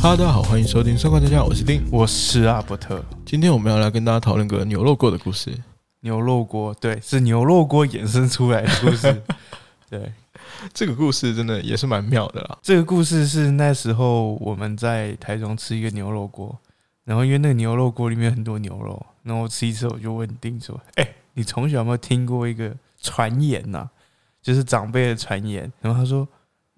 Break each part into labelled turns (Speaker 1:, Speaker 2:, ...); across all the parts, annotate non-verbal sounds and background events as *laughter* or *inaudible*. Speaker 1: 哈喽，大家好，欢迎收听《三观大家》，我是丁。
Speaker 2: 我是阿伯特
Speaker 1: 今天我们要来跟大家讨论个牛肉锅的故事。
Speaker 2: 牛肉锅，对，是牛肉锅衍生出来的故事。 *laughs* 对，
Speaker 1: 这个故事真的也是蛮妙的啦。
Speaker 2: 这个故事是那时候我们在台中吃一个牛肉锅，然后因为那个牛肉锅里面很多牛肉，然后我吃一次我就问丁说：“哎、你从小有没有听过一个传言呐、就是长辈的传言。”然后他说：“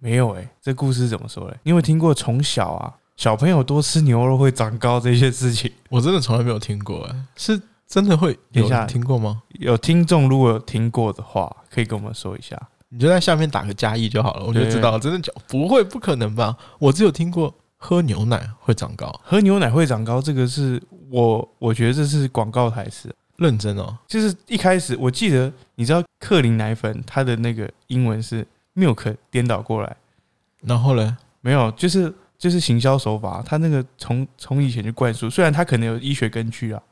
Speaker 2: 没有哎、这故事怎么说嘞？你有没有听过从小啊小朋友多吃牛肉会长高这些事情？”
Speaker 1: 我真的从来没有听过、哎，是真的会有
Speaker 2: 等一下
Speaker 1: 人听过吗？
Speaker 2: 有听众如果有听过的话，可以跟我们说一下。
Speaker 1: 你就在下面打个加一就好了，我就
Speaker 2: 对
Speaker 1: 知道。真的假？不会，不可能吧？我只有听过喝牛奶会长高，
Speaker 2: 喝牛奶会长高，这个是我我觉得这是广告台词。
Speaker 1: 认真哦。
Speaker 2: 就是一开始我记得，你知道克林奶粉它的那个英文是 milk 颠倒过来，
Speaker 1: 然后嘞，
Speaker 2: 没有，就是就是行销手法，它那个从从以前就灌输，虽然它可能有医学根据啊，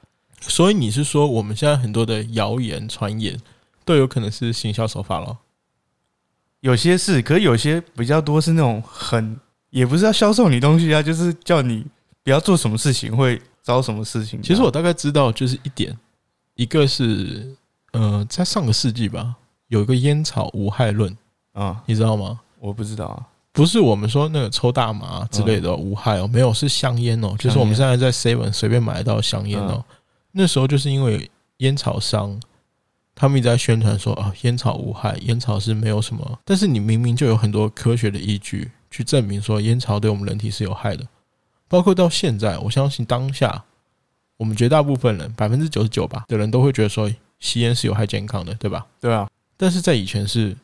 Speaker 1: 所以你是说我们现在很多的谣言传言都有可能是行销手法咯？
Speaker 2: 有些是，可是有些比较多是那种很也不是要销售你东西啊，就是叫你不要做什么事情会遭什么事情。
Speaker 1: 其实我大概知道就是一点，一个是呃，在上个世纪吧，有一个烟草无害论，
Speaker 2: 啊、
Speaker 1: 你知道吗？
Speaker 2: 我不知道啊，
Speaker 1: 不是我们说那个抽大麻之类的、无害哦，没有是香烟哦，就是我们现在在 Seven 随便买得到的香烟哦。那时候就是因为烟草商他们一直在宣传说啊，烟草无害，烟草是没有什么，但是你明明就有很多科学的依据去证明说烟草对我们人体是有害的，包括到现在，我相信当下我们绝大部分人百分之九十九吧的人都会觉得说哎吸烟是有害健康的，对吧？
Speaker 2: 对啊，
Speaker 1: 但是在以前是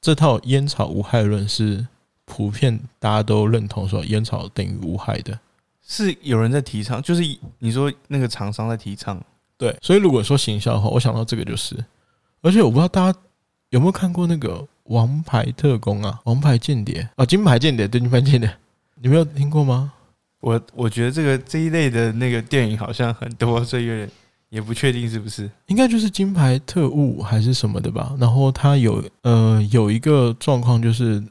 Speaker 1: 这套烟草无害论是普遍大家都认同说烟草等于无害的，
Speaker 2: 是有人在提倡，就是你说那个厂商在提倡。
Speaker 1: 对。所以如果说行销的话，我想到这个就是，而且我不知道大家有没有看过那个《王牌特工》啊，《王牌间谍》啊，《金牌间谍》对，《金牌间谍》，你没有听过吗？
Speaker 2: 我我觉得这个这一类的那个电影好像很多，所以有点也不确定是不是。
Speaker 1: 应该就是金牌特务还是什么的吧。然后他有呃有一个状况就是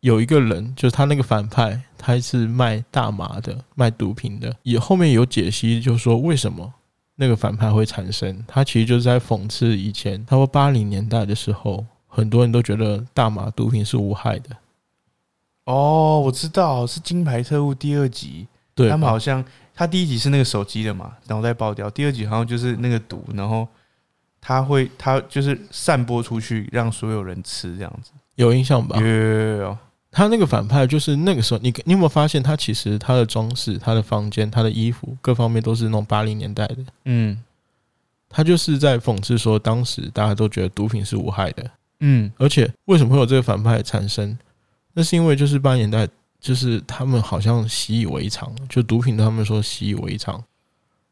Speaker 1: 有一个人，就是他那个反派，他是卖大麻的，卖毒品的。也后面有解析，就是说为什么那个反派会产生，他其实就是在讽刺以前，他说八零年代的时候，很多人都觉得大麻毒品是无害的，
Speaker 2: 哦，我知道是《金牌特务》第二集，
Speaker 1: 对
Speaker 2: 他们
Speaker 1: 吧？
Speaker 2: 好像他第一集是那个手机的嘛，脑袋爆掉；第二集好像就是那个毒，然后他会他就是散播出去，让所有人吃这样子。
Speaker 1: 有印象吧
Speaker 2: 有？有有有有
Speaker 1: 他那个反派就是那个时候，你你有没有发现他其实他的装饰、他的房间、他的衣服各方面都是那种八零年代的。
Speaker 2: 嗯
Speaker 1: 他就是在讽刺说，当时大家都觉得毒品是无害的，
Speaker 2: 嗯，
Speaker 1: 而且为什么会有这个反派产生？那是因为就是八年代，就是他们好像习以为常，就毒品他们说习以为常，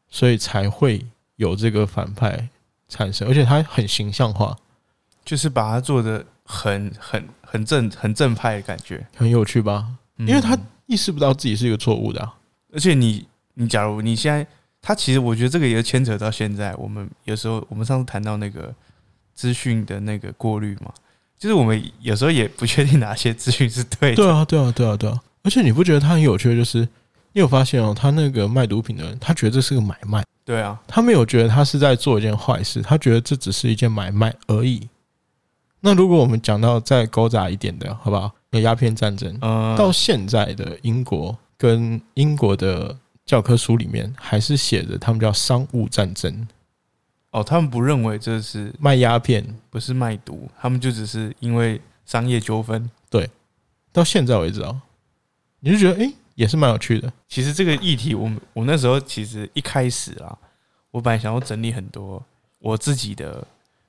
Speaker 1: 所以才会有这个反派产生，而且他很形象化，
Speaker 2: 就是把它做的很很很正很正派的感觉，
Speaker 1: 很有趣吧？
Speaker 2: 因
Speaker 1: 因为他意识不到自己是一个错误的啊、
Speaker 2: 而且你你假如你现在，他其实我觉得这个也牵扯到现在，我们有时候我们上次谈到那个资讯的那个过滤嘛，就是我们有时候也不确定哪些资讯是对的。
Speaker 1: 对啊，对啊，对啊，对啊！而且你不觉得他很有趣的就是，你有发现哦，他那个卖毒品的人，他觉得这是个买卖。
Speaker 2: 对啊，
Speaker 1: 他没有觉得他是在做一件坏事，他觉得这只是一件买卖而已。那如果我们讲到再勾杂一点的，好不好？有鸦片战争，
Speaker 2: 嗯，
Speaker 1: 到现在的英国跟英国的教科书里面还是写着他们叫商务战争，
Speaker 2: 哦，他们不认为这是
Speaker 1: 卖鸦片。
Speaker 2: 不是卖毒，他们就只是因为商业纠纷。
Speaker 1: 到现在为止哦，你就觉得诶，也是蛮有趣的。
Speaker 2: 其实这个议题，我们我那时候其实一开始啊，我本来想要整理很多我自己的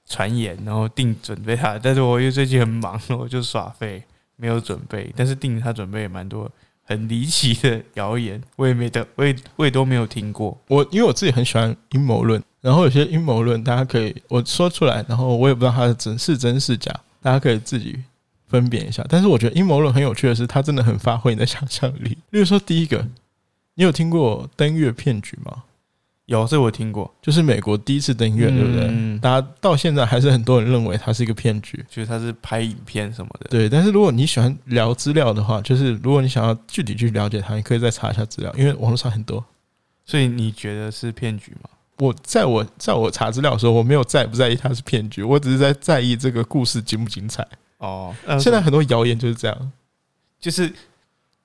Speaker 2: 传言，然后定准备它，但是我又最近很忙，我就耍废，没有准备。但是定他准备也蛮多很离奇的谣言，我也没得，我也我也都没有听过。
Speaker 1: 我因为我自己很喜欢阴谋论，然后有些阴谋论大家可以我说出来，然后我也不知道它是真是真是假，大家可以自己分辨一下。但是我觉得阴谋论很有趣的是，它真的很发挥你的想象力。例如说，第一个，你有听过登月骗局吗？
Speaker 2: 有，这我听过，
Speaker 1: 就是美国第一次登月，对不对？
Speaker 2: 嗯，
Speaker 1: 大家到现在还是很多人认为它是一个骗局。
Speaker 2: 就是他是拍影片什么的。
Speaker 1: 对，但是如果你喜欢聊资料的话，就是如果你想要具体去了解它，你可以再查一下资料，因为网络上很多。
Speaker 2: 所以你觉得是骗局吗？
Speaker 1: 我在我在我查资料的时候，我没有在不在意它是骗局，我只是在在意这个故事精不精彩。
Speaker 2: 哦，
Speaker 1: 现在很多谣言就是这样，
Speaker 2: 就是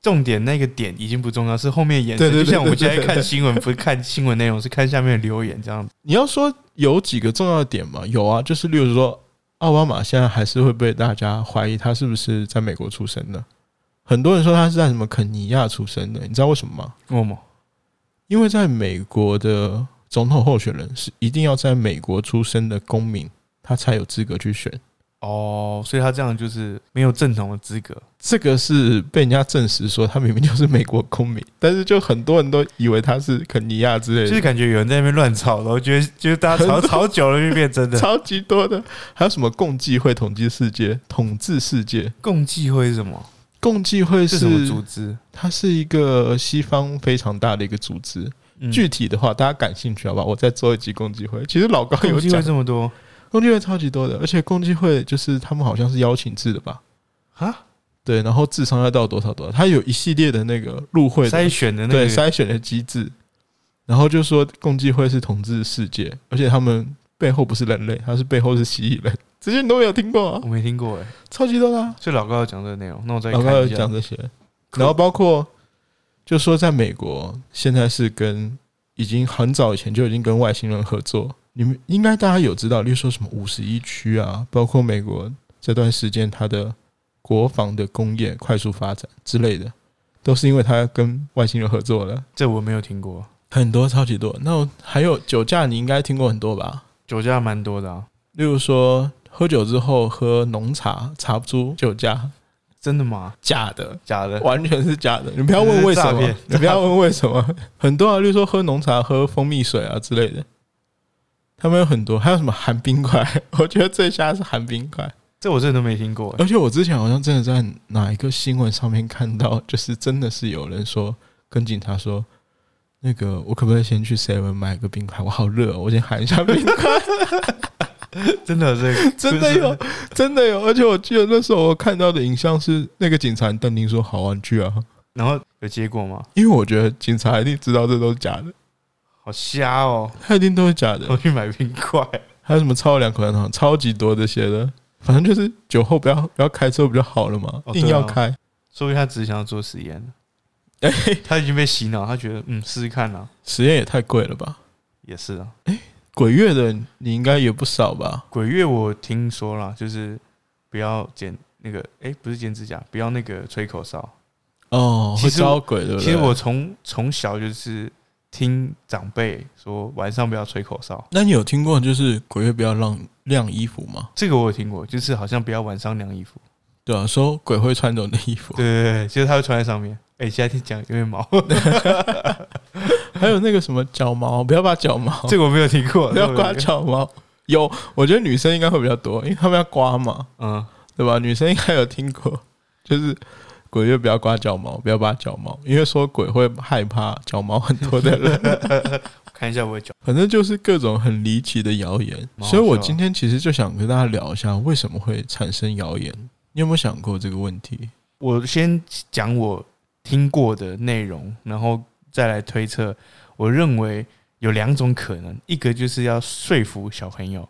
Speaker 2: 重点那个点已经不重要，是后面的延
Speaker 1: 对
Speaker 2: 伸。
Speaker 1: 对对
Speaker 2: 就像我们
Speaker 1: 对
Speaker 2: 现
Speaker 1: 对
Speaker 2: 在
Speaker 1: 对
Speaker 2: 看新闻，不是看新闻内容，是看下面的留言这样子。
Speaker 1: 你要说有几个重要的点嘛？有啊，就是例如说，奥巴马现在还是会被大家怀疑他是不是在美国出生的。很多人说他是在什么肯尼亚出生的，你知道为什么吗？
Speaker 2: 默默
Speaker 1: 因为在美国的总统候选人是一定要在美国出生的公民，他才有资格去选。
Speaker 2: 哦，所以他这样就是没有正统的资格。
Speaker 1: 这个是被人家证实说他明明就是美国公民，但是就很多人都以为他是肯尼亚之类的，
Speaker 2: 就是感觉有人在那边乱吵，然后觉得就是大家
Speaker 1: *laughs*
Speaker 2: 吵
Speaker 1: 很多
Speaker 2: 吵久了就变真
Speaker 1: *laughs*
Speaker 2: 的。
Speaker 1: 超级多的。还有什么共济会统计世界、统治世界？
Speaker 2: 共济会是什么？
Speaker 1: 共济会
Speaker 2: 是
Speaker 1: 是
Speaker 2: 什么组织？
Speaker 1: 它是一个西方非常大的一个组织。
Speaker 2: 嗯
Speaker 1: 具体的话，大家感兴趣好吧？我再做一集共济会。其实老高有
Speaker 2: 共济
Speaker 1: 讲
Speaker 2: 会，这么多
Speaker 1: 共济会超级多的，而且共济会就是他们好像是邀请制的吧？
Speaker 2: 啊？
Speaker 1: 对，然后智商要到多少多少，它有一系列的那个入会的
Speaker 2: 筛选的那
Speaker 1: 对
Speaker 2: 个
Speaker 1: 筛选的机制，然后就说共济会是统治世界，而且他们背后不是人类，他是背后是蜥蜴人，这些你都没有听过、啊
Speaker 2: 我，没听过哎，
Speaker 1: 超级多啦、
Speaker 2: 所以老高要讲这个内容，那我再
Speaker 1: 然后
Speaker 2: 看一下
Speaker 1: 讲。这些，然后包括就说在美国现在是跟已经很早以前就已经跟外星人合作，你们应该大家有知道，例如说什么五十一区啊，包括美国这段时间它的国防的工业快速发展之类的，都是因为它跟外星人合作了。
Speaker 2: 这我没有听过，
Speaker 1: 很多超级多，那我还有酒驾，你应该听过很多吧？
Speaker 2: 酒驾蛮多的啊，
Speaker 1: 例如说喝酒之后喝浓茶，查不出酒驾，
Speaker 2: 真的吗？
Speaker 1: 假的，
Speaker 2: 假的？
Speaker 1: 完全是假的。你不要问为什 *laughs*
Speaker 2: 这是诈
Speaker 1: 么
Speaker 2: 骗，
Speaker 1: 你不要问为什么。很多啊，例如说喝浓茶、喝蜂蜜水啊之类的，他们有很多，还有什么含冰块， *laughs* 我觉得最瞎是含冰块。
Speaker 2: 这我真的都没听过欸。
Speaker 1: 而且我之前好像真的在哪一个新闻上面看到，就是真的是有人说跟警察说。那个，我可不可以先去 Seven 买个冰块？我好热、哦，我先含一下冰块。
Speaker 2: 真的这个
Speaker 1: *laughs* 真的有，真的有。而且我记得那时候我看到的影像是那个警察邓丁说：“好玩具啊。”
Speaker 2: 然后有结果吗？
Speaker 1: 因为我觉得警察一定知道这都是假的，
Speaker 2: 好瞎哦！
Speaker 1: 他一定都是假的。
Speaker 2: 我去买冰块，
Speaker 1: 还有什么超两口人糖，超级多这些的，反正就是酒后不要不要开车不就好了嘛，
Speaker 2: 哦对啊
Speaker 1: 硬要开。
Speaker 2: 说不定他只是想要做实
Speaker 1: *laughs*
Speaker 2: 验，
Speaker 1: 哎、
Speaker 2: 他已经被洗脑，他觉得嗯试试看啦，
Speaker 1: 实验也太贵了吧？
Speaker 2: 也是啊。
Speaker 1: 鬼月的你应该也不少吧？
Speaker 2: 鬼月我听说啦，就是不要剪那个，哎、不是剪指甲，不要那个吹口哨。
Speaker 1: 哦，
Speaker 2: 其
Speaker 1: 会
Speaker 2: 实我
Speaker 1: 招鬼对不对？
Speaker 2: 其实我，从从小就是听长辈说晚上不要吹口哨，
Speaker 1: 那你有听过就是鬼月不要让晾衣服吗？
Speaker 2: 这个我有听过，就是好像不要晚上晾衣服。
Speaker 1: 对啊，说鬼会穿走你的衣服。
Speaker 2: 对对对，就是他会穿在上面。哎、现在听讲有点毛，
Speaker 1: 哦还有那个什么脚毛，不要把脚毛，
Speaker 2: 这个我没有听过，
Speaker 1: 不 *laughs* 要刮脚毛。有，我觉得女生应该会比较多，因为她们要刮嘛。
Speaker 2: 嗯，
Speaker 1: 对吧？女生应该有听过，就是鬼月不要刮脚毛，不要拔脚毛，因为说鬼会害怕脚毛很多的
Speaker 2: *laughs*
Speaker 1: 人。
Speaker 2: 看一下我的脚，
Speaker 1: 反正就是各种很离奇的谣言，
Speaker 2: 蛮好笑
Speaker 1: 所以我今天其实就想跟大家聊一下为什么会产生谣言。你有没有想过这个问题？
Speaker 2: 我先讲我听过的内容，然后再来推测。我认为有两种可能，一个就是要说服小朋友，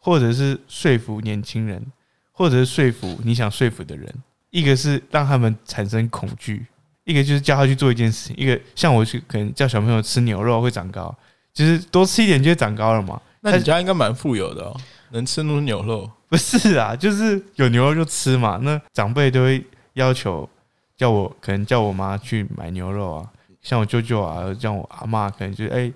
Speaker 2: 或者是说服年轻人，或者是说服你想说服的人；一个是让他们产生恐惧，一个就是叫他去做一件事情。一个像我去可能叫小朋友吃牛肉会长高，就是多吃一点就会长高了嘛。
Speaker 1: 那你家应该蛮富有的哦，能吃那么多牛肉。
Speaker 2: *laughs* 不是啊，就是有牛肉就吃嘛。那长辈都会要求叫我，可能叫我妈去买牛肉啊，像我舅舅啊，像我阿妈，可能就哎，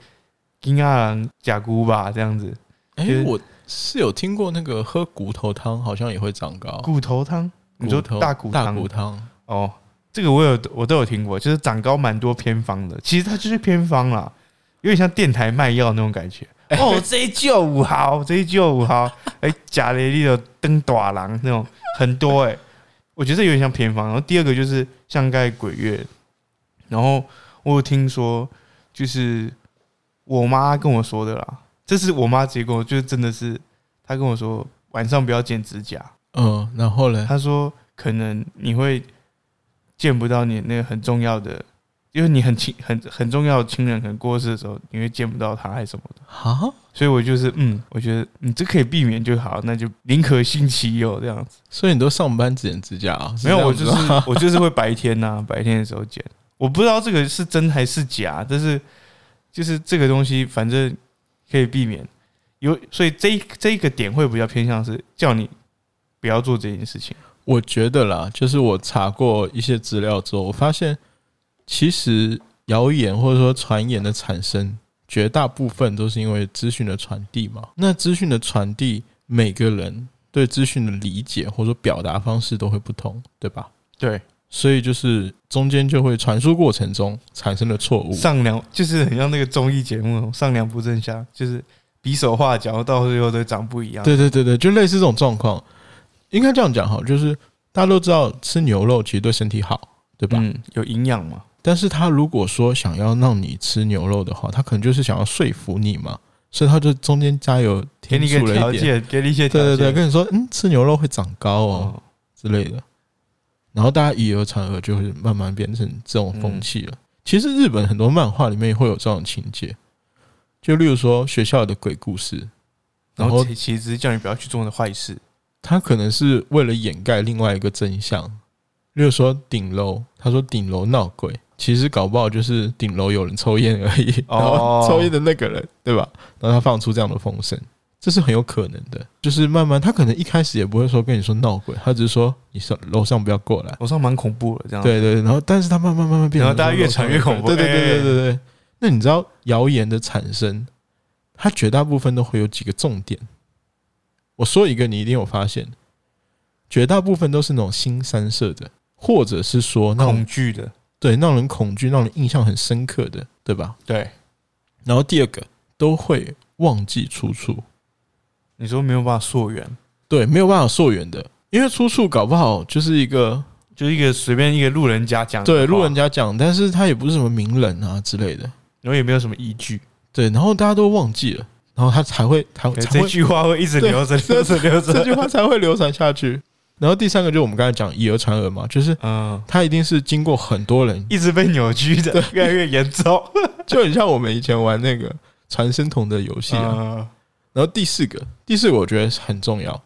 Speaker 2: 金阿郎甲菇吧这样子，
Speaker 1: 哎、
Speaker 2: 其实
Speaker 1: 我是有听过那个喝骨头汤好像也会长高，
Speaker 2: 哦骨头汤，你说
Speaker 1: 骨头
Speaker 2: 大骨
Speaker 1: 大
Speaker 2: 汤
Speaker 1: 骨汤，
Speaker 2: 哦，这个我有我都有听过，就是长高蛮多偏方的，其实它就是偏方啦，有点像电台卖药那种感觉。哦，这一救五毫，这一救五毫，哎、假雷利的灯短郎那种很多哎、我觉得这有点像偏方。然后第二个就是像盖鬼月，然后我有听说就是我妈跟我说的啦，这是我妈结果，就是真的是她跟我说晚上不要剪指甲，
Speaker 1: 嗯，然后嘞，
Speaker 2: 她说可能你会见不到你那个很重要的，因为你很亲很很重要的亲人可能过世的时候，你会见不到他还是什么的，
Speaker 1: 啊，
Speaker 2: 所以我就是嗯，我觉得你这可以避免就好，那就宁可信其有这样子。
Speaker 1: 所以你都上班剪指甲啊？
Speaker 2: 没有，我
Speaker 1: 这
Speaker 2: 就是
Speaker 1: 样子吗
Speaker 2: 我就是会白天呐、白天的时候剪。我不知道这个是真还是假，但是就是这个东西，反正可以避免。有，所以这一这一个点会比较偏向是叫你不要做这件事情。
Speaker 1: 我觉得啦，就是我查过一些资料之后，我发现其实谣言或者说传言的产生，绝大部分都是因为资讯的传递嘛。那资讯的传递，每个人对资讯的理解或者说表达方式都会不同，对吧？
Speaker 2: 对，
Speaker 1: 所以就是中间就会传输过程中产生的错误。
Speaker 2: 上梁就是很像那个综艺节目上梁不正下，就是比手画脚，到最后都长不一样。
Speaker 1: 对对对对，就类似这种状况，应该这样讲哈，就是大家都知道吃牛肉其实对身体好，对吧？
Speaker 2: 嗯，有营养嘛？
Speaker 1: 但是他如果说想要让你吃牛肉的话，他可能就是想要说服你嘛，所以他就中间加油
Speaker 2: 给
Speaker 1: 添
Speaker 2: 你一
Speaker 1: 醋
Speaker 2: 个
Speaker 1: 了
Speaker 2: 条
Speaker 1: 一点，
Speaker 2: 件，给你一些条
Speaker 1: 对对
Speaker 2: 件。
Speaker 1: 对，跟你说，嗯，吃牛肉会长高哦
Speaker 2: 哦，
Speaker 1: 之类的，然后大家以讹传讹，就会慢慢变成这种风气
Speaker 2: 嗯
Speaker 1: 了。其实日本很多漫画里面也会有这种情节，就例如说学校的鬼故事，
Speaker 2: 然
Speaker 1: 然
Speaker 2: 后
Speaker 1: 后
Speaker 2: 其其实只是叫你不要去做那坏事。
Speaker 1: 他可能是为了掩盖另外一个真相，例如说顶楼，他说顶楼闹鬼，其实搞不好就是顶楼有人抽烟而已，
Speaker 2: 哦
Speaker 1: 然后抽烟的那个人，对吧？然后他放出这样的风声，这是很有可能的。就是慢慢，他可能一开始也不会说跟你说闹鬼，他只是说你上楼上不要过来，
Speaker 2: 我上蛮恐怖的这样。
Speaker 1: 对对。对然后，但是他慢慢慢慢变成，
Speaker 2: 然后大家越传越恐怖
Speaker 1: 对对对
Speaker 2: 哎
Speaker 1: 对对对。那你知道谣言的产生，它绝大部分都会有几个重点。我说一个，你一定有发现，绝大部分都是那种新三色的，或者是说那种
Speaker 2: 恐惧的，
Speaker 1: 对让人恐惧、让人印象很深刻的，对吧？
Speaker 2: 对，
Speaker 1: 然后第二个都会忘记出处，
Speaker 2: 你说没有办法溯源，
Speaker 1: 对，没有办法溯源的，因为出处搞不好就是一个
Speaker 2: 就是一个随便一个路人甲讲的话，
Speaker 1: 对路人家讲，但是他也不是什么名人啊之类的，
Speaker 2: 然后也没有什么依据，
Speaker 1: 对，然后大家都忘记了，然后他才会才会
Speaker 2: 可能
Speaker 1: 才
Speaker 2: 这
Speaker 1: 会
Speaker 2: 句话会一直
Speaker 1: 对
Speaker 2: 留着，
Speaker 1: 这
Speaker 2: 留着，留
Speaker 1: 这句
Speaker 2: 着。
Speaker 1: 话才会流传下去。然后第三个就是我们刚才讲以讹传讹嘛，就是
Speaker 2: 嗯，
Speaker 1: 它一定是经过很多人，
Speaker 2: 一直被扭曲的，越来越严
Speaker 1: *laughs*
Speaker 2: 重。
Speaker 1: 就很像我们以前玩那个传声筒的游戏啊。
Speaker 2: 嗯
Speaker 1: 然后第四个，第四个我觉得很重要，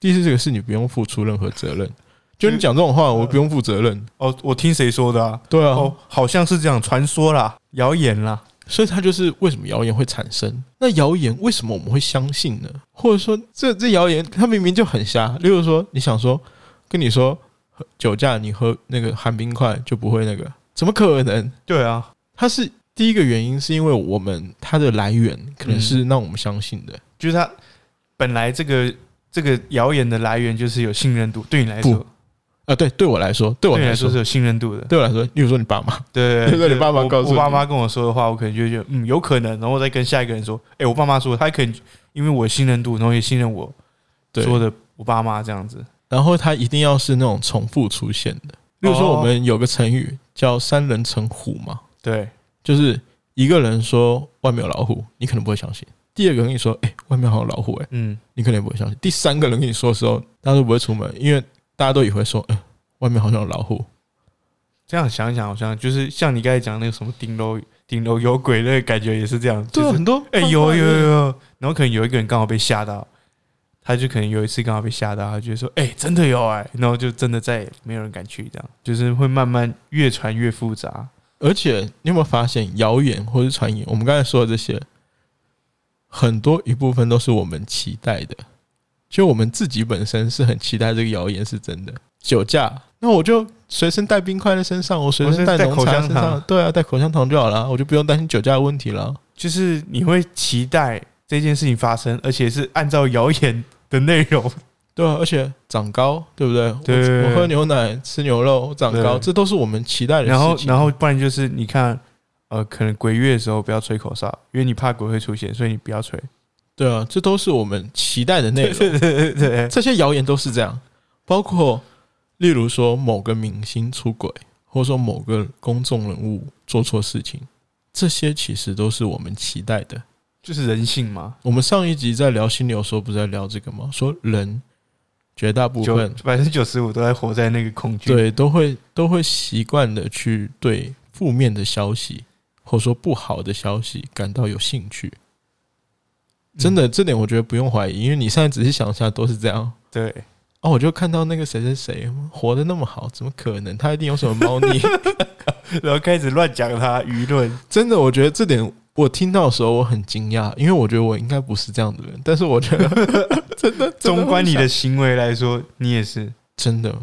Speaker 1: 第四个是你不用付出任何责任，就你讲这种话，我不用负责任。
Speaker 2: 哦，我听谁说的啊？
Speaker 1: 对啊，
Speaker 2: 哦，好像是这样，传说啦，谣言啦。
Speaker 1: 所以它就是为什么谣言会产生。那谣言为什么我们会相信呢？或者说，这这谣言它明明就很瞎。例如说，你想说跟你说喝酒驾你喝那个含冰块就不会那个，怎么可能？
Speaker 2: 对啊，
Speaker 1: 它是第一个原因，是因为我们它的来源可能是让我们相信的，
Speaker 2: 就是他本来这个这个谣言的来源就是有信任度，对你来说，
Speaker 1: 啊，对，对我来说，对我
Speaker 2: 对你
Speaker 1: 来
Speaker 2: 来说
Speaker 1: 说
Speaker 2: 是，有信任度的。
Speaker 1: 对我来说，例如说你爸妈，*laughs*
Speaker 2: 对
Speaker 1: 对你爸妈
Speaker 2: 我
Speaker 1: 告诉
Speaker 2: 我
Speaker 1: 你
Speaker 2: 爸妈跟我说的话，我可能就觉得嗯有可能，然后我再跟下一个
Speaker 1: *laughs*
Speaker 2: 人说，哎、我爸妈说，他可能因为我信任度，然后也信任我
Speaker 1: 对，
Speaker 2: 说的我爸妈这样子，
Speaker 1: 然后它一定要是那种重复出现的。例如说，
Speaker 2: 哦
Speaker 1: 我们有个成语叫“三人成虎”嘛，
Speaker 2: 对，
Speaker 1: 就是一个人说外面有老虎，你可能不会相信；第二个人跟你说，哎、外面好像有老虎、哎，
Speaker 2: 嗯，
Speaker 1: 你可能也不会相信；第三个人跟你说的时候，大家都不会出门，因为大家都以为说，哎、外面好像有老虎。
Speaker 2: 这样想一想，好像就是像你刚才讲那个什么顶楼顶楼有鬼那个感觉也是这样，就是
Speaker 1: 很多
Speaker 2: 哎、有有有有，然后可能有一个人刚好被吓到，他就可能有一次刚好被吓到，他就说哎、真的有哎、然后就真的再也没有人敢去，这样就是会慢慢越传越复杂，
Speaker 1: 而且你有没有发现，谣言或是传言，我们刚才说的这些，很多一部分都是我们期待的，就我们自己本身是很期待这个谣言是真的。酒驾，那我就随身带冰块在身上，我随身带浓茶在身
Speaker 2: *laughs* 我是带口香
Speaker 1: 上，对啊，带口香糖就好了，我就不用担心酒驾的问题了。
Speaker 2: 就是你会期待这件事情发生，而且是按照谣言的内容。
Speaker 1: 对啊，而且长高，对不对？我
Speaker 2: 对
Speaker 1: 我喝牛奶、吃牛肉，我长高，
Speaker 2: 对
Speaker 1: 这都是我们期待的
Speaker 2: 然后
Speaker 1: 事，情。啊
Speaker 2: 然后不然就是你看，呃，可能鬼月的时候不要吹口哨，因为你怕鬼会出现，所以你不要吹。
Speaker 1: 对啊，这都是我们期待的内容。
Speaker 2: *laughs* 对对对，
Speaker 1: 这些谣言都是这样，包括例如说某个明星出轨，或者说某个公众人物做错事情，这些其实都是我们期待的。
Speaker 2: 就是人性嘛，
Speaker 1: 我们上一集在聊心流的时候，不是在聊这个吗？说人绝大部
Speaker 2: 九
Speaker 1: 分
Speaker 2: 百分之九十五都在活在那个恐惧。，
Speaker 1: 对都会都会习惯的去对负面的消息或者说不好的消息感到有兴趣。真
Speaker 2: 嗯
Speaker 1: 的，这点我觉得不用怀疑，因为你现在仔细想一下，都是这样。
Speaker 2: 对， *laughs*
Speaker 1: 哦，我就看到那个谁谁谁活得那么好，怎么可能？他一定有什么猫腻？ *laughs*
Speaker 2: 然后开始乱讲他舆论，
Speaker 1: 真的，我觉得这点我听到的时候我很惊讶，因为我觉得我应该不是这样的人，但是我觉得 *laughs* 真的，真的
Speaker 2: 纵
Speaker 1: 会
Speaker 2: 观你
Speaker 1: 想
Speaker 2: 的行为来说，你也是
Speaker 1: 真的，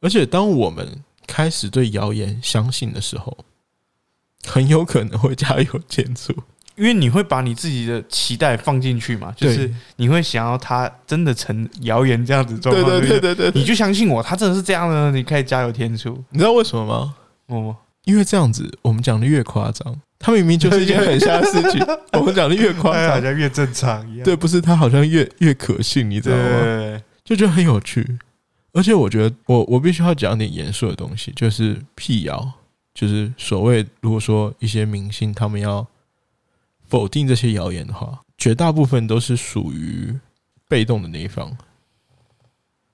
Speaker 1: 而且当我们开始对谣言相信的时候，很有可能会加油添醋。
Speaker 2: 因为你会把你自己的期待放进去嘛，就是
Speaker 1: 对
Speaker 2: 你会想要他真的成谣言这样子状
Speaker 1: 对
Speaker 2: 况，
Speaker 1: 对对对对，
Speaker 2: 你
Speaker 1: 对
Speaker 2: 就相信我，他真的是这样的，你开始加油添醋。
Speaker 1: 你知道为什么吗？
Speaker 2: 哦，
Speaker 1: 因为这样子，我们讲的越夸张，它明明 *laughs* 就是一件很瞎的事
Speaker 2: *laughs*
Speaker 1: 情，我们讲的越夸
Speaker 2: 哎哎好
Speaker 1: 张，
Speaker 2: 像越正常一样。
Speaker 1: 对，不是它好像越越可信，你知
Speaker 2: 对
Speaker 1: 道吗？就觉得很有趣。而且我觉得我，我必须要讲点严肃的东西，就是辟谣，就是所谓如果说一些明星他们要否定这些谣言的话，绝大部分都是属于被动的那一方。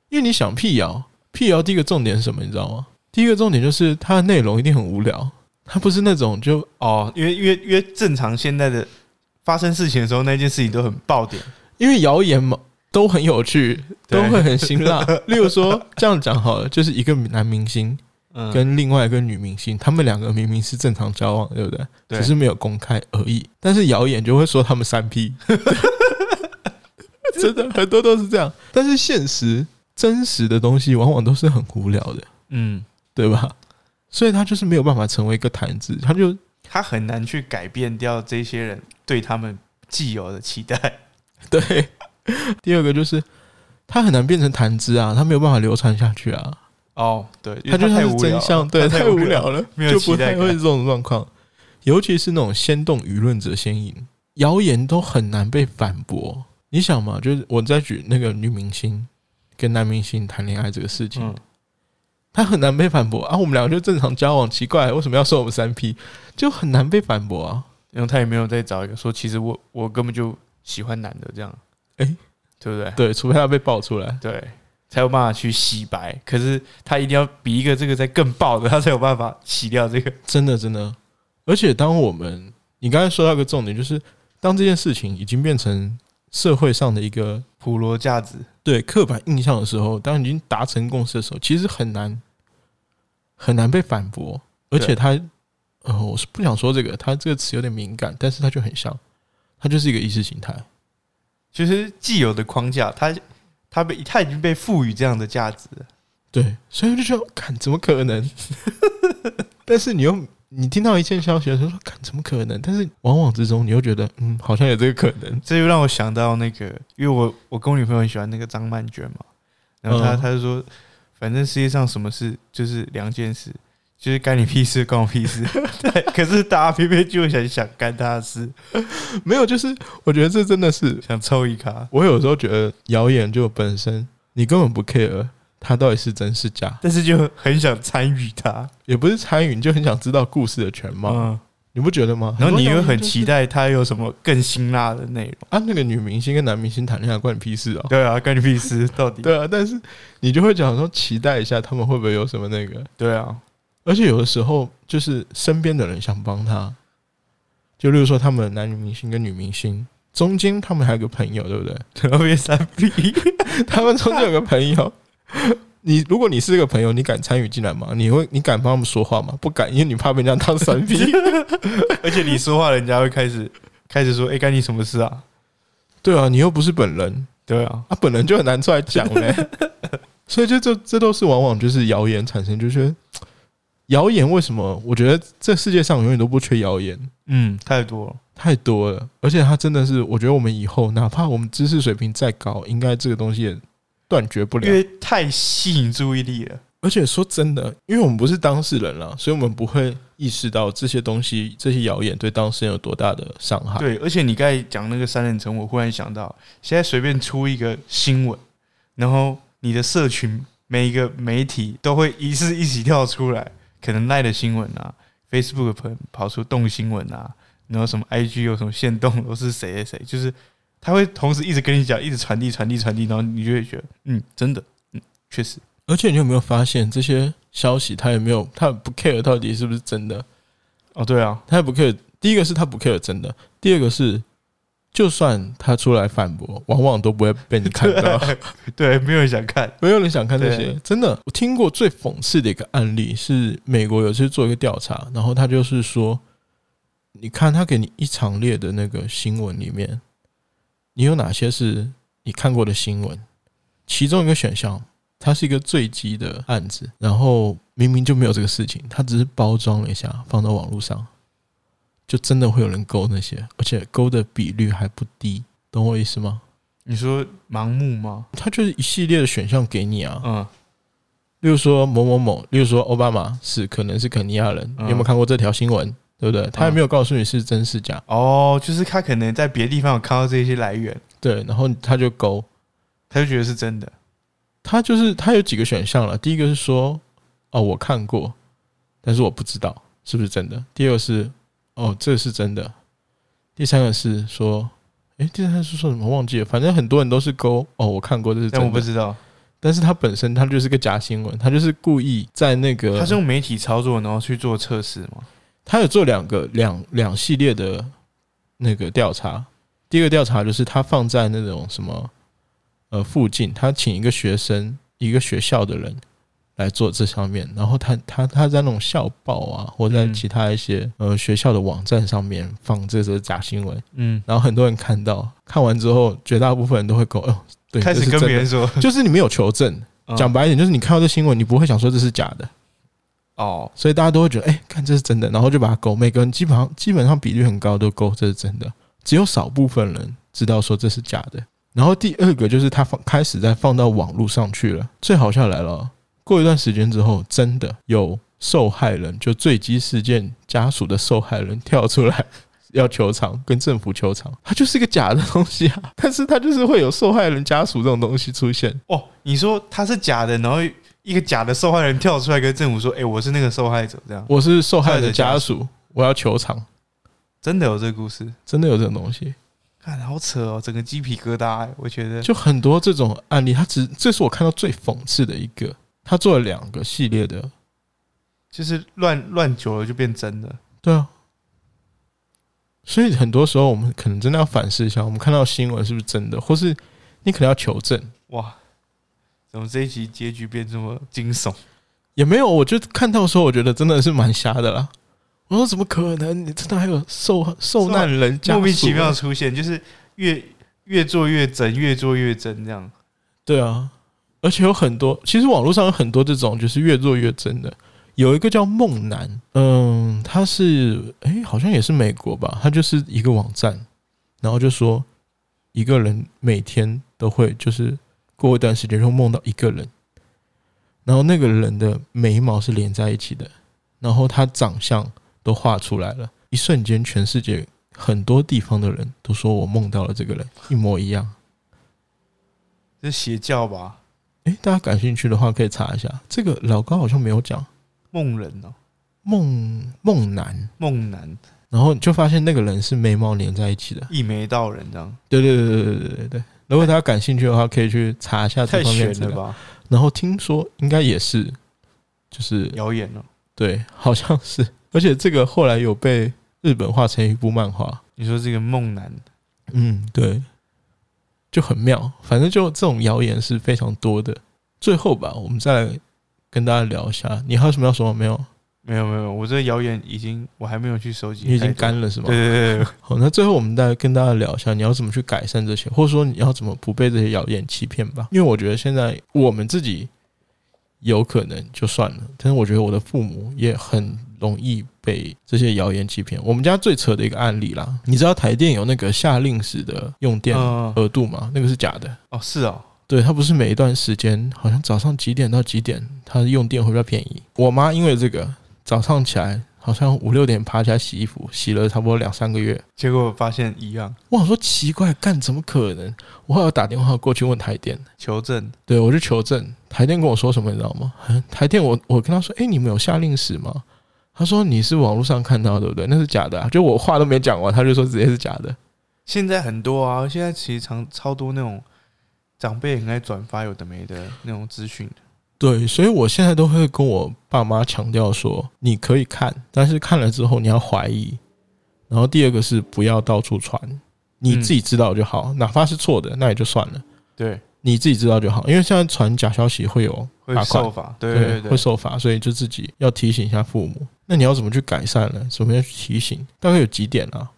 Speaker 1: 因为你想辟谣，辟谣第一个重点是什么？你知道吗？第一个重点就是它的内容一定很无聊，它不是那种就
Speaker 2: 哦，因为因为因为正常现在的发生事情的时候，那件事情都很爆点，
Speaker 1: 因为谣言嘛都很有趣，都
Speaker 2: 对
Speaker 1: 会很辛辣。例如说这样讲好了，就是一个男明星，
Speaker 2: 嗯，
Speaker 1: 跟另外一个女明星，他们两个明明是正常交往，对不对？
Speaker 2: 对
Speaker 1: 只是没有公开而已。但是谣言就会说他们三
Speaker 2: *laughs*
Speaker 1: P，真的很多都是这样。但是现实真实的东西往往都是很无聊的，
Speaker 2: 嗯，
Speaker 1: 对吧？所以他就是没有办法成为一个谈资，他就
Speaker 2: 他很难去改变掉这些人对他们既有的期待。 *laughs*
Speaker 1: 对。第二个就是他很难变成谈资啊，他没有办法流传下去啊。
Speaker 2: 哦，对，因
Speaker 1: 他
Speaker 2: 为
Speaker 1: 就
Speaker 2: 太
Speaker 1: 像是
Speaker 2: 无聊
Speaker 1: 真
Speaker 2: 了
Speaker 1: 相，对，
Speaker 2: 他
Speaker 1: 太
Speaker 2: 无
Speaker 1: 无聊了，
Speaker 2: 没有
Speaker 1: 就
Speaker 2: 期
Speaker 1: 不
Speaker 2: 待
Speaker 1: 太
Speaker 2: 感
Speaker 1: 会这种状况。尤其是那种先动舆论者先赢，谣言都很难被反驳。你想嘛，就是我再举那个女明星跟男明星谈恋爱这个事情，
Speaker 2: 嗯，
Speaker 1: 他很难被反驳啊。我们两个就正常交往，奇怪，为什么要说我们三 P？就很难被反驳啊。
Speaker 2: 然后他也没有再找一个说，其实我我根本就喜欢男的这样，
Speaker 1: 诶
Speaker 2: 对不对？
Speaker 1: 对，除非他被爆出来。
Speaker 2: 对，才有办法去洗白。可是他一定要比一个这个再更爆的，他才有办法洗掉这个。
Speaker 1: 真的真的。而且当我们你刚才说到一个重点，就是当这件事情已经变成社会上的一个
Speaker 2: 普罗价值，
Speaker 1: 对刻板印象的时候，当已经达成共识的时候，其实很难很难被反驳，而且
Speaker 2: 对
Speaker 1: 他呃，我是不想说这个，他这个词有点敏感，但是他就很像，他就是一个意识形态，
Speaker 2: 就是既有的框架，他他被他已经被赋予这样的价值了。
Speaker 1: 对，所以我就觉得，看怎么可能？ *laughs* 但是你又你听到一件消息的时候说，看怎么可能？但是往往之中，你又觉得，嗯，好像有这个可能， *laughs*
Speaker 2: 这就让我想到那个，因为我我跟我女朋友很喜欢那个张曼娟嘛，然后她
Speaker 1: 嗯
Speaker 2: 她就说，反正世界上什么事就是两件事，就是干你屁事，关我屁事。对，可是大家偏偏就想想干她的事，
Speaker 1: 没有，就是我觉得这真的是
Speaker 2: 想抽一卡。
Speaker 1: 我有时候觉得谣言就本身，你根本不 care 它到底是真是假，
Speaker 2: 但是就很想参与他，
Speaker 1: 也不是参与，你就很想知道故事的全貌，
Speaker 2: 嗯，
Speaker 1: 你不觉得吗？
Speaker 2: 然后你
Speaker 1: 多谣
Speaker 2: 又
Speaker 1: 言
Speaker 2: 很
Speaker 1: 就是
Speaker 2: 期待他有什么更辛辣的内容。
Speaker 1: 啊，那个女明星跟男明星谈恋爱关你屁事哦。
Speaker 2: 对啊，干你屁事！到底
Speaker 1: 对啊，但是你就会讲说期待一下他们会不会有什么那个，
Speaker 2: 对啊，
Speaker 1: 而且有的时候就是身边的人想帮他，就例如说他们男女明星跟女明星中间他们还有个朋友，对不对？ *laughs*
Speaker 2: 特别三 P，
Speaker 1: 他们中间有个朋友，你如果你是这个朋友，你敢参与进来吗？你会你敢帮他们说话吗？不敢，因为你怕被人家当神
Speaker 2: *laughs*
Speaker 1: 逼。
Speaker 2: 而且你说话，人家会开始开始说：“哎、干你什么事啊
Speaker 1: 对啊，你又不是本人，？”
Speaker 2: 对啊，
Speaker 1: 啊，本人就很难出来讲嘞。所以就这这都是往往就是谣言产生，就是嗯谣言为什么？我觉得这世界上永远都不缺谣言，
Speaker 2: 嗯，太多了。
Speaker 1: 太多了，而且它真的是，我觉得我们以后哪怕我们知识水平再高，应该这个东西也断绝不了
Speaker 2: 因。为太吸引注意力了。
Speaker 1: 而且说真的，因为我们不是当事人了，所以我们不会意识到这些东西、这些谣言对当事人有多大的伤害。，
Speaker 2: 对，而且你刚才讲那个三人成，我忽然想到，现在随便出一个新闻，然后你的社群每一个媒体都会一次一起跳出来，可能赖的新闻啊，Facebook 跑跑出动新闻啊，然后什么 IG 有什么限动都是谁谁谁， *laughs* 就是他会同时一直跟你讲，一直传递传递传递，然后你就会觉得嗯，真的，嗯，确实，
Speaker 1: 而且你有没有发现这些消息，他也没有，他不 care 到底是不是真的，
Speaker 2: 哦，对啊，
Speaker 1: 他也不 care。第一个是他不 care 真的，第二个是，就算他出来反驳，往往都不会被你看到。
Speaker 2: *laughs* 对，没有人想看，
Speaker 1: 没有人想看这些
Speaker 2: 对，
Speaker 1: 真的。我听过最讽刺的一个案例是，美国有次做一个调查，然后他就是说，你看他给你一长列的那个新闻里面，你有哪些是你看过的新闻？其中一个选项，它是一个坠机的案子，然后明明就没有这个事情，他只是包装了一下放到网络上，就真的会有人勾那些，而且勾的比率还不低，懂我意思吗？
Speaker 2: 你说盲目吗？
Speaker 1: 它就是一系列的选项给你啊，
Speaker 2: 嗯，
Speaker 1: 例如说某某某，例如说奥巴马是可能是肯尼亚人，
Speaker 2: 嗯
Speaker 1: 你有没有看过这条新闻？对不对？他也
Speaker 2: 嗯
Speaker 1: 没有告诉你是真是假，
Speaker 2: 哦，就是他可能在别的地方有看到这些来源，
Speaker 1: 对，然后他就勾，
Speaker 2: 他就觉得是真的，
Speaker 1: 他就是他有几个选项了。第一个是说，哦，我看过，但是我不知道是不是真的。第二个是，哦，这是真的。第三个是说，诶，第三个是说什么忘记了？反正很多人都是勾，哦，我看过，这是真
Speaker 2: 但
Speaker 1: 的。
Speaker 2: 我不知道，
Speaker 1: 但是他本身他就是个假新闻，他就是故意在那个
Speaker 2: 他是用媒体操作然后去做测试吗？
Speaker 1: 他有做两个两两系列的那个调查。第一个调查就是他放在那种什么呃附近，他请一个学生一个学校的人来做这上面，然后他他他在那种校报啊，或在
Speaker 2: 嗯
Speaker 1: 其他一些呃学校的网站上面放这则假新闻，
Speaker 2: 嗯，
Speaker 1: 然后很多人看到，看完之后，绝大部分人都会说：“哦，对，
Speaker 2: 开
Speaker 1: 这
Speaker 2: 始
Speaker 1: 是
Speaker 2: 跟
Speaker 1: 真
Speaker 2: 别
Speaker 1: 的
Speaker 2: 人说，
Speaker 1: 就是你没有求证。*laughs*
Speaker 2: 嗯
Speaker 1: 讲白一点，就是你看到这新闻，你不会想说这是假的。
Speaker 2: 哦，
Speaker 1: 所以大家都会觉得，哎、看这是真的，然后就把它勾。每个人基本上基本上比率很高，都勾这是真的，只有少部分人知道说这是假的。然后第二个就是他放开始在放到网络上去了，最好笑来了哦。过一段时间之后，真的有受害人，就坠机事件家属的受害人跳出来要求偿，跟政府求偿。它就是一个假的东西啊， *laughs* 但是它就是会有受害人家属这种东西出现。
Speaker 2: 哦，你说他是假的，然后一个假的受害人跳出来跟政府说：“哎、我是那个受害者。”这样
Speaker 1: 我是受害人的家属，我要求偿，
Speaker 2: 真的有这个故事，
Speaker 1: 真的有这种东西。
Speaker 2: 看好扯哦，整个鸡皮疙瘩、哎我觉得
Speaker 1: 就很多这种案例，他只这是我看到最讽刺的一个，他做了两个系列的，
Speaker 2: 就是乱乱久了就变真的。
Speaker 1: 对啊。所以很多时候我们可能真的要反思一下，我们看到新闻是不是真的，或是你可能要求证。
Speaker 2: 哇，怎么这一集结局变这么惊悚？
Speaker 1: 也没有，我就看到的时候，我觉得真的是蛮瞎的啦。我说怎么可能？你真的还有受受难人家属
Speaker 2: 莫名其妙？出现，就是越越做越真，越做越真这样。
Speaker 1: 对啊，而且有很多，其实网络上有很多这种就是越做越真的。有一个叫梦男，嗯，他是诶，好像也是美国吧，他就是一个网站，然后就说一个人每天都会就是过一段时间就梦到一个人，然后那个人的眉毛是连在一起的，然后他长相都画出来了，一瞬间全世界很多地方的人都说我梦到了这个人，一模一样。
Speaker 2: 这邪教吧，
Speaker 1: 诶，大家感兴趣的话可以查一下。这个老高好像没有讲
Speaker 2: 梦人哦，
Speaker 1: 梦梦男，
Speaker 2: 梦男
Speaker 1: 然后你就发现那个人是眉毛连在一起的。
Speaker 2: 一眉道人这样，
Speaker 1: 对对对对对对对对。如果大家感兴趣的话，可以去查一下
Speaker 2: 太
Speaker 1: 这方面
Speaker 2: 悬
Speaker 1: 资
Speaker 2: 了
Speaker 1: 料。
Speaker 2: 吧？
Speaker 1: 然后听说应该也是，就是
Speaker 2: 谣言哦。
Speaker 1: 对，好像是。而且这个后来有被日本画成一部漫画。
Speaker 2: 你说这个梦男，
Speaker 1: 嗯，对，就很妙。反正就这种谣言是非常多的。最后吧，我们再来跟大家聊一下。你还有什么要说吗？没有，
Speaker 2: 没有没有，我这个谣言已经我还没有去收集，
Speaker 1: 你已经。干了是吗？
Speaker 2: 对对对对，
Speaker 1: 好，那最后我们再跟大家聊一下，你要怎么去改善这些，或者说你要怎么不被这些谣言欺骗吧？因为我觉得现在我们自己有可能就算了，但是我觉得我的父母也很容易被这些谣言欺骗。我们家最扯的一个案例啦，你知道台电有那个夏令时的用电
Speaker 2: 嗯
Speaker 1: 额度吗？那个是假的。
Speaker 2: 哦是哦，
Speaker 1: 对，它不是每一段时间，好像早上几点到几点，它用电会比较便宜。我妈因为这个，早上起来好像五六点爬起来洗衣服，洗了差不多两三个月，
Speaker 2: 结果发现一样，
Speaker 1: 我想说奇怪，干怎么可能？我还要打电话过去问台电，
Speaker 2: 求证
Speaker 1: 对我去求证。台电跟我说什么，你知道吗？台电我我跟他说，哎、你们有下令时吗？他说你是网络上看到的对不对？那是假的、啊，就我话都没讲完，他就说直接是假的。
Speaker 2: 现在很多啊，现在其实常超多那种长辈很爱转发有的没的那种资讯，
Speaker 1: 对，所以我现在都会跟我爸妈强调说，你可以看，但是看了之后你要怀疑。然后第二个是不要到处传，你自己知道就好，哪怕是错的，那也就算了，
Speaker 2: 对，
Speaker 1: 你自己知道就好。因为现在传假消息会有
Speaker 2: 会
Speaker 1: 罚款
Speaker 2: 受，罚，对对
Speaker 1: 会
Speaker 2: 对，
Speaker 1: 受罚，所以就自己要提醒一下父母。那你要怎么去改善呢？怎么样去提醒？大概有几点啊？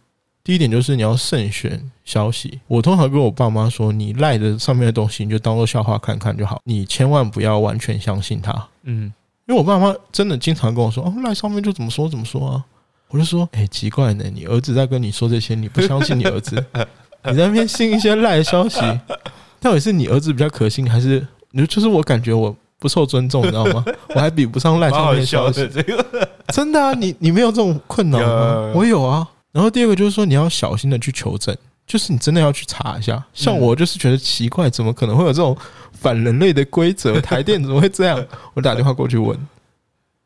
Speaker 1: 第一点就是你要慎选消息。我通常跟我爸妈说，你赖的上面的东西，你就当做笑话看看就好，你千万不要完全相信他。
Speaker 2: 嗯，
Speaker 1: 因为我爸妈真的经常跟我说，哦，赖上面就怎么说怎么说啊。我就说，哎、奇怪呢，你儿子在跟你说这些，你不相信你儿子， *laughs* 你在那边信一些赖的消息，到底是你儿子比较可信，还是你就是我感觉我不受尊重，你知道吗？ *laughs* 我还比不上赖
Speaker 2: 蛮
Speaker 1: 哎上
Speaker 2: 好
Speaker 1: 面的消
Speaker 2: 笑
Speaker 1: 息
Speaker 2: 的，这个，
Speaker 1: 真的啊，你你没有这种困扰
Speaker 2: 有有
Speaker 1: 吗？
Speaker 2: 有
Speaker 1: 我有啊。然后第二个就是说，你要小心的去求证，就是你真的要去查一下。
Speaker 2: 嗯
Speaker 1: 像我就是觉得奇怪，怎么可能会有这种反人类的规则？台电怎么会这样？我打电话过去问，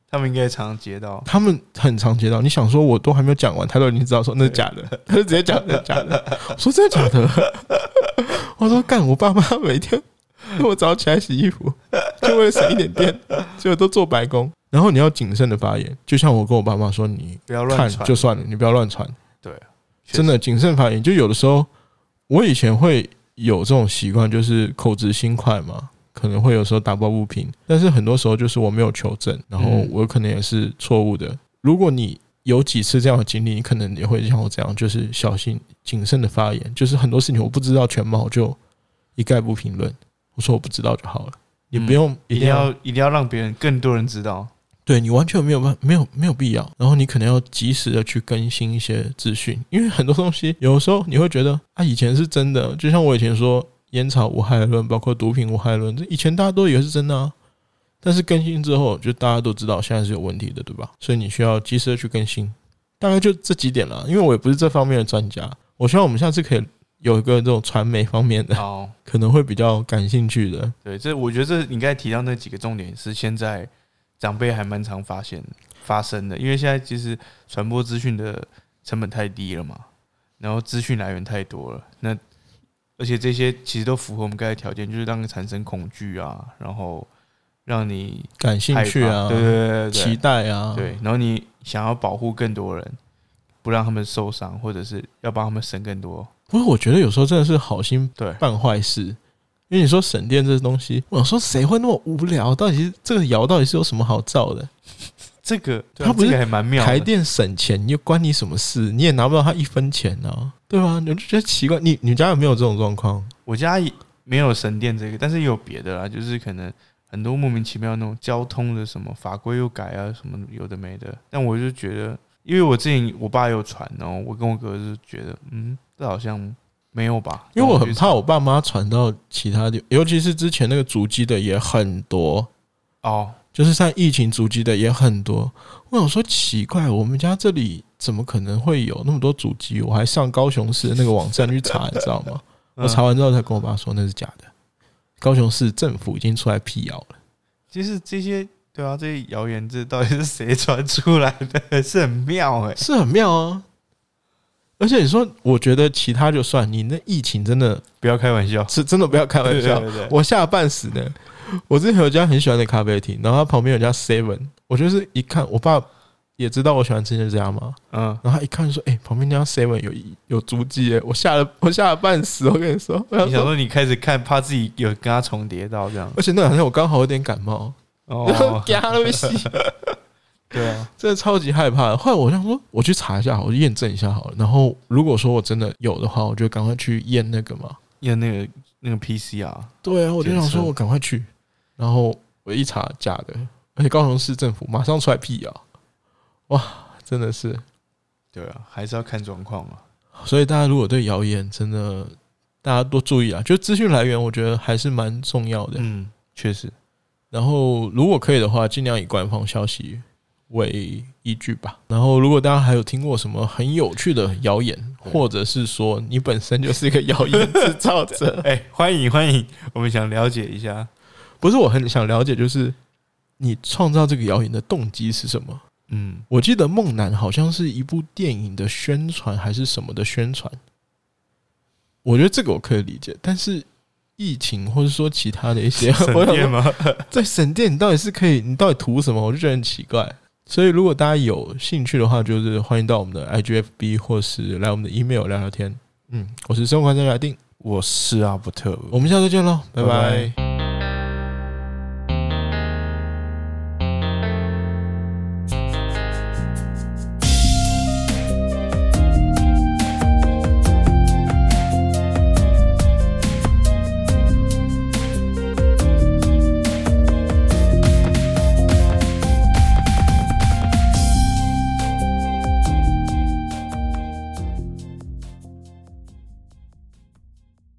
Speaker 2: 他们应该常接到，
Speaker 1: 他们很常接到。你想说，我都还没有讲完，他都已经知道说那是假的， *laughs* 他就直接讲那是假的。我说真的假的？ *laughs* 我说干，我爸妈每天那我早起来洗衣服，就为了省一点电，结果都做白工。然后你要谨慎的发言，就像我跟我爸妈说，你
Speaker 2: 不要
Speaker 1: 看
Speaker 2: 乱传
Speaker 1: 就，算了，你不要乱传。
Speaker 2: 对确实
Speaker 1: 真的谨慎发言。就有的时候，我以前会有这种习惯，就是口直心快嘛，可能会有时候打抱不平。但是很多时候就是我没有求证，然后
Speaker 2: 嗯
Speaker 1: 我可能也是错误的。如果你有几次这样的经历，你可能也会像我这样，就是小心谨慎的发言。就是很多事情我不知道全貌，我就一概不评论。我说我不知道就好了，你不用
Speaker 2: 嗯一
Speaker 1: 一
Speaker 2: 定
Speaker 1: 定要
Speaker 2: 要一定要让别人更多人
Speaker 1: *laughs*
Speaker 2: 知道，
Speaker 1: 对你完全没有办没有没有必要，然后你可能要及时的去更新一些资讯，因为很多东西有时候你会觉得啊，以前是真的，就像我以前说烟草无害论，包括毒品无害论，这以前大家都以为是真的啊，但是更新之后就大家都知道现在是有问题的，对吧？所以你需要及时的去更新，大概就这几点了，因为我也不是这方面的专家，我希望我们下次可以有一个这种传媒方面的，
Speaker 2: 好。
Speaker 1: 可能会比较感兴趣的，
Speaker 2: 对，这我觉得这你刚才提到那几个重点是现在长辈还蛮常发现发生的，因为现在其实传播资讯的成本太低了嘛，然后资讯来源太多了，那而且这些其实都符合我们刚才条件，就是让你产生恐惧啊，然后让你
Speaker 1: 感兴
Speaker 2: 害
Speaker 1: 趣
Speaker 2: 怕
Speaker 1: 啊，
Speaker 2: 对对对
Speaker 1: 期
Speaker 2: 对
Speaker 1: 待啊，
Speaker 2: 对，对，然后你想要保护更多人，不让他们受伤，或者是要帮他们省更多，
Speaker 1: 不过我觉得有时候真的是好心
Speaker 2: 对，
Speaker 1: 办坏事，因为你说省电这东西，我想说谁会那么无聊？到底是这个窑到底是有什么好造的？
Speaker 2: 这个
Speaker 1: 他不是
Speaker 2: 啊这个还蛮妙的，
Speaker 1: 台电省钱又关你什么事？你也拿不到他一分钱啊，对吧、你就觉得奇怪，你你家有没有这种状况？
Speaker 2: 我家也没有神殿这个，但是也有别的啦，就是可能很多莫名其妙那种交通的什么法规又改啊，什么有的没的。但我就觉得，因为我之前我爸有传哦，我跟我哥就觉得，嗯，这好像没有吧，
Speaker 1: 因为我
Speaker 2: 去
Speaker 1: 很
Speaker 2: 查
Speaker 1: 怕我爸妈传到其他地，尤其是之前那个足迹的也很多，
Speaker 2: 哦，
Speaker 1: 就是像疫情足迹的也很多。我想说奇怪，我们家这里怎么可能会有那么多足迹？我还上高雄市的那个网站去查，你知道吗？我
Speaker 2: 嗯
Speaker 1: 查完之后才跟我爸说那是假的。高雄市政府已经出来辟谣了。
Speaker 2: 其实这些对啊，这些谣言这到底是谁传出来的？ *laughs* 是很妙哎、
Speaker 1: 是很妙啊。而且你说，我觉得其他就算，你那疫情真的
Speaker 2: 不要开玩笑，
Speaker 1: 是真的不要开玩笑
Speaker 2: *laughs* 对，对对
Speaker 1: 我吓得半死呢。我之前有一家很喜欢的咖啡厅，然后它旁边有一家 Seven，我就是一看，我爸也知道我喜欢吃那家嘛，
Speaker 2: 嗯，
Speaker 1: 然后他一看说，哎、旁边那家 Seven 有有足迹耶，我吓得我吓得半死，我跟你说，我想
Speaker 2: 你想
Speaker 1: 说，
Speaker 2: 说你开始看，怕自己有跟他重叠到这样
Speaker 1: 而且那两天我刚好有点感 *laughs* 冒，然后，
Speaker 2: 哦 *laughs*
Speaker 1: 压了被吸，
Speaker 2: 对啊，
Speaker 1: 真的超级害怕的。后来我想说，我去查一下好了，我去验证一下好了。然后如果说我真的有的话，我就赶快去验那个嘛。
Speaker 2: 要那个那个 PCR。
Speaker 1: 对啊，我就想
Speaker 2: 检
Speaker 1: 说
Speaker 2: 测
Speaker 1: 我赶快去，然后我一查假的，而且高雄市政府马上出来辟谣，哇，真的是。
Speaker 2: 对啊，还是要看状况啊嘛。
Speaker 1: 所以大家如果对谣言真的，大家多注意啊，就资讯来源，我觉得还是蛮重要的。
Speaker 2: 嗯，确实，
Speaker 1: 然后如果可以的话，尽量以官方消息为依据吧。然后如果大家还有听过什么很有趣的谣言，或者是说你本身就是一个谣言制造
Speaker 2: *laughs*
Speaker 1: 者，
Speaker 2: 哎、欢迎欢迎，我们想了解一下
Speaker 1: 不是我很想了解，就是你创造这个谣言的动机是什么？
Speaker 2: 嗯，
Speaker 1: 我记得梦男好像是一部电影的宣传还是什么的宣传，我觉得这个我可以理解。但是疫情或者说其他的一些， *laughs* 我想
Speaker 2: 省
Speaker 1: 说
Speaker 2: 电吗？
Speaker 1: 在省电，你到底是可以，你到底图什么？我就觉得很奇怪。所以如果大家有兴趣的话，就是欢迎到我们的 IGFB 或是来我们的 email 聊聊天。嗯，我是生活观察家定，
Speaker 2: 我是阿伯特，
Speaker 1: 我们下次见喽，拜
Speaker 2: 拜
Speaker 1: 拜
Speaker 2: 拜